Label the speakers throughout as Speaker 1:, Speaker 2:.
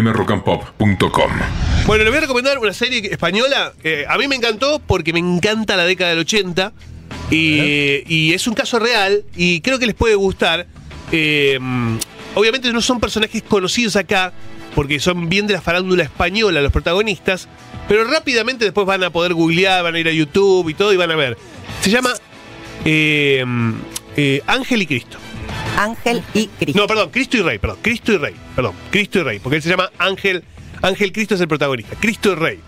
Speaker 1: fmrockandpop.com.
Speaker 2: Bueno, les voy a recomendar una serie española. eh, a mí me encantó porque me encanta la década del 80. Y, y es un caso real y creo que les puede gustar. Eh, obviamente no son personajes conocidos acá porque son bien de la farándula española los protagonistas. Pero rápidamente después van a poder googlear, van a ir a YouTube y todo y van a ver. Se llama eh, eh, Ángel y Cristo.
Speaker 3: Ángel y Cristo.
Speaker 2: No, perdón, Cristo y Rey, perdón, Cristo y Rey, perdón, Cristo y Rey, porque él se llama Ángel, Ángel Cristo es el protagonista, Cristo y Rey.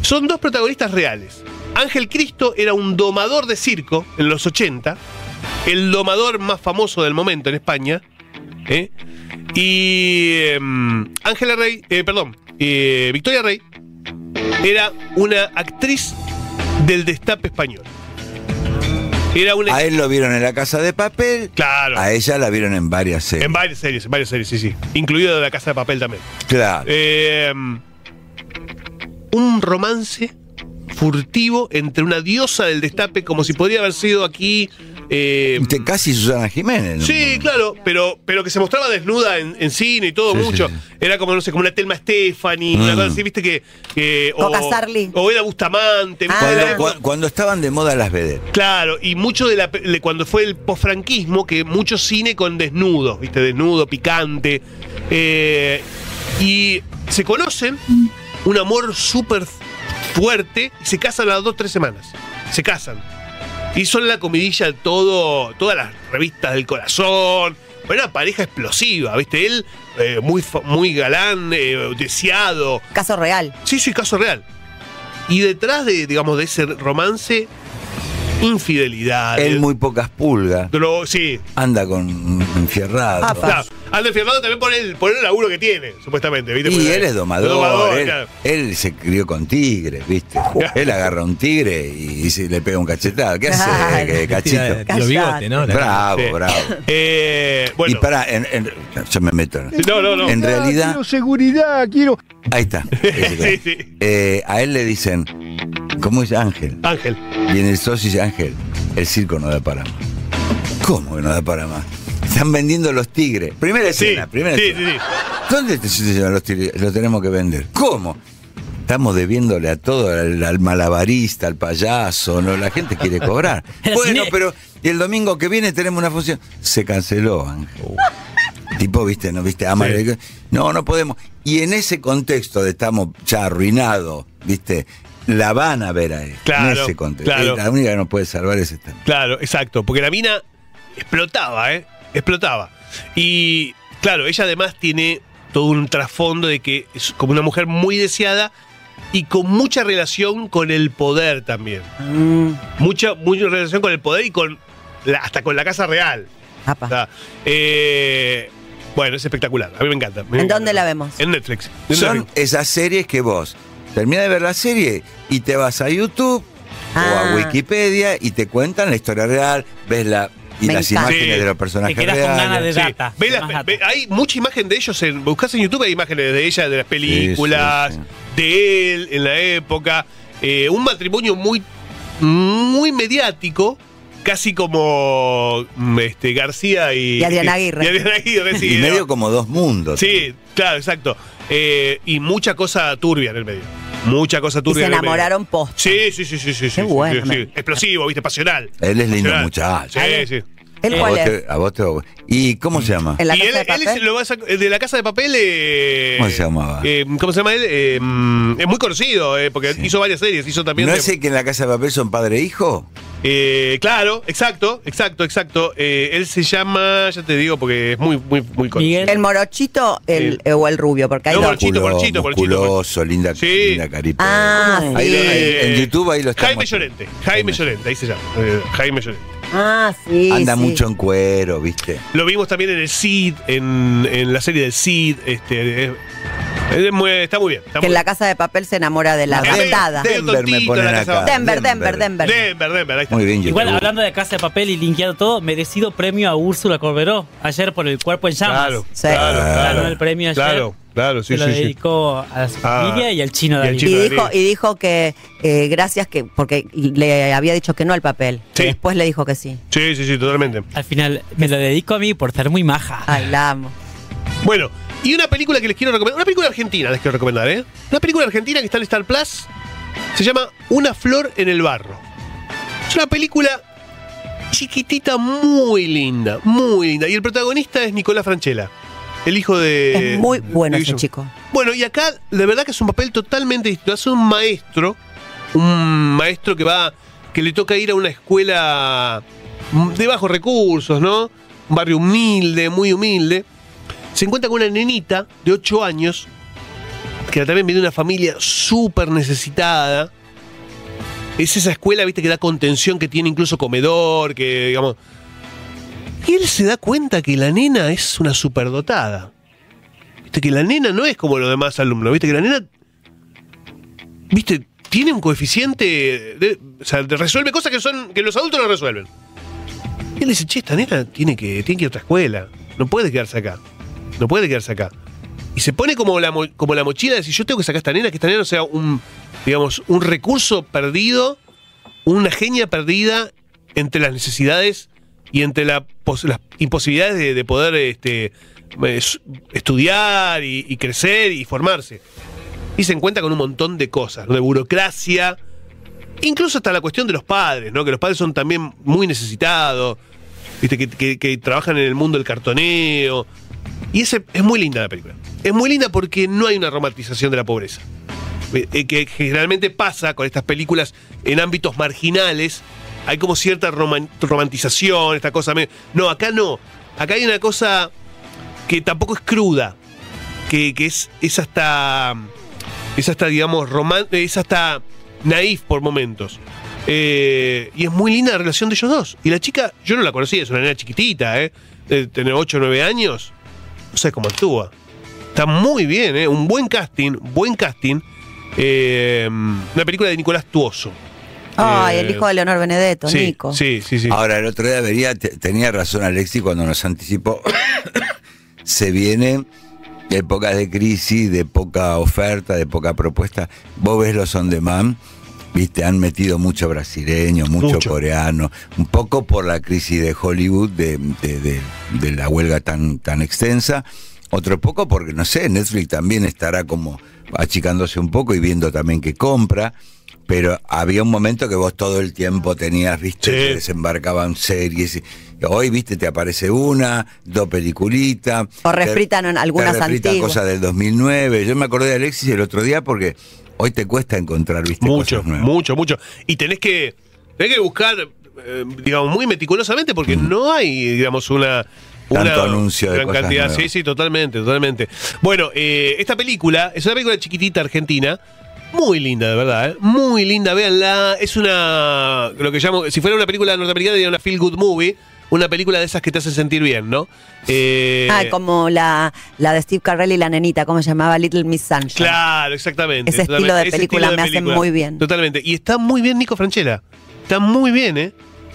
Speaker 2: Son dos protagonistas reales. Ángel Cristo era un domador de circo en los 80, el domador más famoso del momento en España, ¿eh? y em, Ángela Rey, eh, perdón, eh, Victoria Rey era una actriz del destape español. Era una...
Speaker 4: A él lo vieron en la casa de papel.
Speaker 2: Claro.
Speaker 4: A ella la vieron en varias series.
Speaker 2: En varias series, en varias series, sí, sí. Incluido la Casa de Papel también.
Speaker 4: Claro.
Speaker 2: Eh, un romance furtivo entre una diosa del destape, como si podría haber sido aquí. eh,
Speaker 4: Usted Este, casi Susana Jiménez. ¿no?
Speaker 2: sí, claro, pero, pero que se mostraba desnuda en, en cine y todo
Speaker 4: Sí,
Speaker 2: mucho.
Speaker 4: sí,
Speaker 2: Era como, no sé, como una Telma Stephanie, una
Speaker 4: Mm.
Speaker 2: cosa así, viste que. que-
Speaker 3: Coca Sarli.
Speaker 2: o era Bustamante, ¿viste?
Speaker 3: Ah.
Speaker 2: Era
Speaker 4: Cuando,
Speaker 2: época-
Speaker 4: cua- cuando estaban de moda las vedettes.
Speaker 2: Claro, y mucho de la pe- de cuando fue el posfranquismo, que mucho cine con desnudos, viste, desnudo, picante. eh, y se conocen, un amor súper fuerte, y se casan a las dos, tres semanas. Se casan. Y son la comidilla de todo, todas las revistas del corazón. Fue Una pareja explosiva, viste, él eh, muy, fa- muy galán, eh, deseado,
Speaker 3: Caso real.
Speaker 2: Sí, sí, caso real. Y detrás de, digamos, de ese romance, infidelidad.
Speaker 4: Él muy pocas pulgas.
Speaker 2: sí.
Speaker 4: Anda con un enfierrado.
Speaker 3: Ah, pa.
Speaker 2: Claro, Andrés Fernando también por el, por el laburo que tiene, supuestamente. ¿viste?
Speaker 4: Y
Speaker 2: Porque-
Speaker 4: él es domador, él,
Speaker 2: claro.
Speaker 4: él se crió con tigres, ¿viste? Él agarra un tigre y se le pega un cachetado. ¿Qué hace,
Speaker 3: Claro.
Speaker 4: eh, cachito?
Speaker 3: Cachito.
Speaker 5: Los bigotes, ¿no? La-
Speaker 4: Bravo,
Speaker 2: Sí.
Speaker 4: bravo.
Speaker 2: Eh, bueno,
Speaker 4: Y pará, en- en- yo me meto.
Speaker 2: No, no, no.
Speaker 4: En realidad,
Speaker 6: Quiero seguridad, quiero.
Speaker 4: ahí está.
Speaker 2: Sí, sí.
Speaker 4: Eh, a él le dicen, ¿cómo es Ángel?
Speaker 2: Ángel.
Speaker 4: Y en el socio dice, Ángel, el circo no da para más. ¿Cómo que no da para más? Están vendiendo los tigres. Primera
Speaker 2: Sí,
Speaker 4: escena, primera
Speaker 2: sí, sí,
Speaker 4: escena.
Speaker 2: sí.
Speaker 4: ¿Dónde te se llevan los tigres? Los tenemos que vender. ¿Cómo? Estamos debiéndole a todo, al, al malabarista, al payaso, ¿no? la gente quiere cobrar.
Speaker 5: Pero si
Speaker 4: bueno,
Speaker 5: no-
Speaker 4: pero y el domingo que viene tenemos una función. Se canceló, Ángel. Tipo, viste, no viste, ama-
Speaker 2: Uh. Sí.
Speaker 4: No, no podemos. Y en ese contexto de estamos ya arruinados, viste, la van a ver a él. en
Speaker 2: Claro,
Speaker 4: ese contexto.
Speaker 2: claro.
Speaker 4: La única que nos puede salvar es esta.
Speaker 2: Claro, exacto, porque la mina explotaba, ¿eh? Explotaba. Y claro, ella además tiene todo un trasfondo de que es como una mujer muy deseada y con mucha relación con el poder también. Mm. Mucha, mucha relación con el poder y con la- hasta con la casa real. O
Speaker 3: Apa.
Speaker 2: sea, eh, bueno, es espectacular. A mí me encanta. A mí me
Speaker 3: ¿En
Speaker 2: encanta.
Speaker 3: dónde la vemos?
Speaker 2: En Netflix. En
Speaker 4: Son
Speaker 2: Netflix.
Speaker 4: esas series que vos terminás de ver la serie y te vas a YouTube o
Speaker 3: Ah.
Speaker 4: a Wikipedia y te cuentan la historia real, ves la y
Speaker 3: Me
Speaker 4: las
Speaker 3: encanta.
Speaker 4: imágenes
Speaker 2: Sí.
Speaker 4: de los
Speaker 5: Te
Speaker 4: personajes
Speaker 5: quedas
Speaker 4: reales.
Speaker 5: con ganas de
Speaker 2: Sí.
Speaker 5: data.
Speaker 2: Ve
Speaker 5: de
Speaker 2: las-
Speaker 5: más data.
Speaker 2: ve- hay mucha imagen de ellos. En, buscás en YouTube, hay imágenes de ella, de las películas,
Speaker 4: Sí, sí,
Speaker 2: de él en la época. Eh, un matrimonio muy, muy mediático. Casi como mm, este, García y,
Speaker 3: Y Adriana Aguirre.
Speaker 2: y Adriana Aguirre, sí,
Speaker 4: Y
Speaker 2: era-
Speaker 4: medio como dos mundos.
Speaker 2: Sí, claro, exacto. Eh, y mucha cosa turbia en el medio. Mucha cosa
Speaker 3: Y
Speaker 2: turbia.
Speaker 3: se
Speaker 2: en el medio.
Speaker 3: enamoraron post.
Speaker 2: Sí, sí, sí, sí, sí. sí,
Speaker 3: bueno,
Speaker 2: sí, sí.
Speaker 3: man.
Speaker 2: Explosivo, viste, pasional.
Speaker 4: Él es lindo
Speaker 2: Pasional.
Speaker 4: muchacho.
Speaker 2: Sí, sí.
Speaker 3: ¿El
Speaker 5: Eh,
Speaker 4: A
Speaker 3: cual
Speaker 4: vos
Speaker 3: es?
Speaker 4: te- a vos te- ¿Y cómo se llama?
Speaker 3: ¿En la
Speaker 2: este- y
Speaker 3: casa
Speaker 2: él,
Speaker 3: de
Speaker 2: él es-
Speaker 3: papel?
Speaker 2: lo vas a- el de la casa de papel. eh,
Speaker 4: ¿Cómo se llamaba?
Speaker 2: eh, ¿Cómo se llama él? Eh, mm, es muy conocido, eh, porque hizo varias series. Hizo también.
Speaker 4: ¿No
Speaker 2: de-
Speaker 4: es el que en la casa de papel son padre e hijo?
Speaker 2: eh, claro, exacto, exacto, exacto. Eh, él se llama, ya te digo, porque es muy, muy, muy conocido.
Speaker 5: Miguel.
Speaker 3: ¿El morochito el, eh, o el rubio? Porque hay
Speaker 2: No,
Speaker 3: dos.
Speaker 2: morochito. Porchito, porchito, porchito,
Speaker 4: musculoso, linda,
Speaker 2: Sí.
Speaker 4: linda carita.
Speaker 3: Ah,
Speaker 4: Ahí lo-
Speaker 3: sí.
Speaker 4: ahí- en YouTube ahí lo está
Speaker 2: Eh, Jaime
Speaker 4: mostrando.
Speaker 2: Llorente. Jaime Llorente, ahí se llama. eh, Jaime Llorente.
Speaker 3: Ah, sí.
Speaker 4: Anda
Speaker 3: sí.
Speaker 4: mucho en cuero, ¿viste?
Speaker 2: Lo vimos también en el Cid, en, en la serie del Cid. Este, eh, es muy- está muy bien. Está muy
Speaker 3: Que en la casa de papel se enamora de la
Speaker 4: Ah, Den-
Speaker 3: adoptada.
Speaker 2: de-
Speaker 4: Denver me
Speaker 2: Tontito,
Speaker 4: ponen
Speaker 2: la casa-
Speaker 4: acá.
Speaker 3: Denver, Denver, Denver.
Speaker 2: bien. Denver, Denver, ahí está.
Speaker 4: Muy bien, YouTube.
Speaker 5: Igual hablando de Casa de Papel y linkeado todo, merecido premio a Úrsula Corberó ayer por el cuerpo en llamas.
Speaker 2: Claro,
Speaker 3: Sí.
Speaker 2: claro, claro.
Speaker 5: Ganó el premio ayer.
Speaker 2: Claro, claro, sí,
Speaker 5: se lo
Speaker 2: sí, sí.
Speaker 5: dedicó a la familia y al chino
Speaker 2: y al
Speaker 5: David.
Speaker 2: chino.
Speaker 3: Y dijo,
Speaker 2: Rodríguez.
Speaker 3: y dijo que eh, gracias que porque le había dicho que no al papel.
Speaker 2: Sí.
Speaker 3: Y después le dijo que sí.
Speaker 2: Sí, sí, sí, totalmente.
Speaker 5: Al final, me lo dedico a mí por ser muy maja.
Speaker 3: Ay, la amo.
Speaker 2: Bueno, Y una película que les quiero recomendar, una película argentina les quiero recomendar, ¿eh? Una película argentina que está en Star Plus, se llama Una flor en el barro. Es una película chiquitita, muy linda, muy linda. Y el protagonista es Nicolás Franchella, el hijo de...
Speaker 3: Es muy bueno
Speaker 2: de
Speaker 3: ese
Speaker 2: Guillermo.
Speaker 3: chico.
Speaker 2: Bueno, y acá de verdad que es un papel totalmente distinto. Hace un maestro, un maestro que va, que le toca ir a una escuela mm, de bajos recursos, ¿no? Un barrio humilde, muy humilde. Se encuentra con una nenita de 8 años, que también viene de una familia súper necesitada. Es esa escuela, viste, que da contención, que tiene incluso comedor, que, digamos... Y él se da cuenta que la nena es una superdotada. Viste que la nena no es como los demás alumnos, viste que la nena. Viste, tiene un coeficiente. de- o sea, de- resuelve cosas que son. que los adultos no resuelven. Y él dice, che, esta nena tiene que, tiene que ir a otra escuela. No puede quedarse acá. No puede quedarse acá. Y se pone como la, mo- como la mochila de decir, yo tengo que sacar a esta nena, que esta nena no sea un, digamos, un recurso perdido, una genia perdida entre las necesidades y entre la pos- las imposibilidades de, de poder este, es- estudiar y, y crecer y formarse. Y se encuentra con un montón de cosas, ¿no? de burocracia, incluso hasta la cuestión de los padres, ¿no? que los padres son también muy necesitados, ¿viste? Que, que- que trabajan en el mundo del cartoneo. Y ese, es muy linda la película. Es muy linda porque no hay una romantización de la pobreza. Eh, eh, Que generalmente pasa con estas películas en ámbitos marginales. Hay como cierta roman- romantización, esta cosa. medio- No, acá no. Acá hay una cosa que tampoco es cruda. Que, que es, es hasta. Es hasta, digamos, roman- es hasta naif por momentos. Eh, y es muy linda la relación de ellos dos. Y la chica, yo no la conocía, es una nena chiquitita, ¿eh? De tener 8 o 9 años. No sé cómo actúa. Está muy bien, ¿eh? Un buen casting, buen casting. Eh, una película de Nicolás Tuoso.
Speaker 3: Ay, el
Speaker 2: Eh,
Speaker 3: hijo de Leonor Benedetto,
Speaker 2: sí,
Speaker 3: Nico.
Speaker 2: Sí, sí, sí.
Speaker 4: Ahora, el otro día vería, te- tenía razón Alexi cuando nos anticipó. se viene época de crisis, de poca oferta, de poca propuesta. Vos ves los on demand, viste, han metido mucho brasileño, mucho,
Speaker 2: Mucho.
Speaker 4: coreano, un poco por la crisis de Hollywood, de, de- de- de la huelga tan, tan extensa. Otro poco porque, no sé, Netflix también estará como achicándose un poco y viendo también qué compra. Pero había un momento que vos todo el tiempo tenías,
Speaker 2: Sí.
Speaker 4: viste, que desembarcaban series. y- Hoy, viste, te aparece una, dos peliculitas,
Speaker 3: O
Speaker 4: te-
Speaker 3: refritan en algunas
Speaker 4: te refritan
Speaker 3: antiguas.
Speaker 4: cosas del 2009. Yo me acordé de Alexis el otro día porque hoy te cuesta encontrar, viste,
Speaker 2: Mucho,
Speaker 4: cosas nuevas.
Speaker 2: mucho, mucho. Y tenés que, tenés que buscar, eh, digamos, muy meticulosamente, porque no hay, digamos, una.
Speaker 4: Mm. Tanto
Speaker 2: una
Speaker 4: anuncio de
Speaker 2: gran
Speaker 4: cosas
Speaker 2: cantidad.
Speaker 4: nuevas.
Speaker 2: Sí, sí, totalmente, totalmente. Bueno, eh, esta película es una película chiquitita argentina. Muy linda, de verdad, ¿eh? Muy linda, véanla. Es una. Lo que llamo. Si fuera una película norteamericana, diría una feel good movie. Una película de esas que te hacen sentir bien, ¿no? Eh,
Speaker 3: Ah, como la, la de Steve Carell y la nenita, ¿cómo se llamaba? Little Miss Sunshine.
Speaker 2: Claro, exactamente.
Speaker 3: Ese estilo de
Speaker 2: totalmente.
Speaker 3: película me hace muy bien.
Speaker 2: Totalmente. Y está muy bien Nico Franchella. Está muy bien, ¿eh?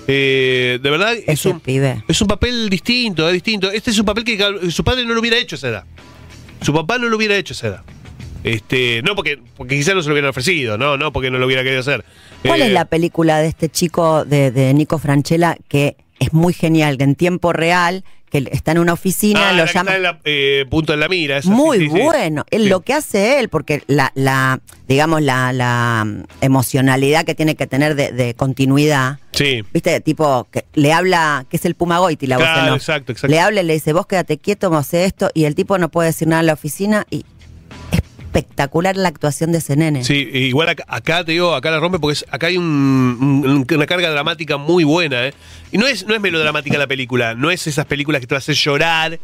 Speaker 2: Eh, de verdad, es
Speaker 3: Ese
Speaker 2: un,
Speaker 3: pibe.
Speaker 2: es un papel distinto, es distinto. Este es un papel que cal- su padre no lo hubiera hecho a esa edad. Su papá no lo hubiera hecho a esa edad. Este, no porque, porque quizás no se lo hubieran ofrecido, no, no porque no lo hubiera querido hacer.
Speaker 3: ¿Cuál
Speaker 2: Eh,
Speaker 3: es la película de este chico de, de Nico Franchella que es muy genial, que en tiempo real, que está en una oficina,
Speaker 2: ah,
Speaker 3: lo
Speaker 2: la que
Speaker 3: llama...
Speaker 2: está en la, eh, punto en la mira. esa, sí,
Speaker 3: Muy
Speaker 2: sí, sí.
Speaker 3: bueno. Él,
Speaker 2: Sí.
Speaker 3: Lo que hace él, porque la, la digamos, la, la mm, emocionalidad que tiene que tener de, de continuidad,
Speaker 2: Sí.
Speaker 3: ¿viste? Tipo, que le habla, que es el Pumagoiti la voz
Speaker 2: Claro,
Speaker 3: en off.
Speaker 2: exacto, exacto.
Speaker 3: Le habla y le dice, vos quédate quieto, me hace esto, y el tipo no puede decir nada en la oficina, y espectacular la actuación de ese nene.
Speaker 2: Sí, e igual acá, acá, te digo, acá la rompe porque es- acá hay un- un- una carga dramática muy buena, ¿eh? Y no es, no es melodramática la película, no es esas películas que te va a hacer llorar,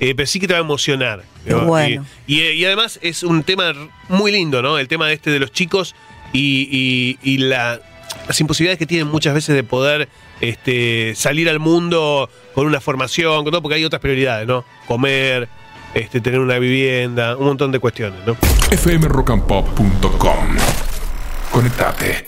Speaker 2: eh, pero sí que te va a emocionar.
Speaker 3: Qué bueno.
Speaker 2: Y, y- y además es un tema r- muy lindo, ¿no? El tema este de los chicos y, y- y la- las imposibilidades que tienen muchas veces de poder este, salir al mundo con una formación, con todo, porque hay otras prioridades, ¿no? Comer, este, tener una vivienda, un montón de cuestiones, ¿no?
Speaker 1: fmrockandpop.com. Conectate.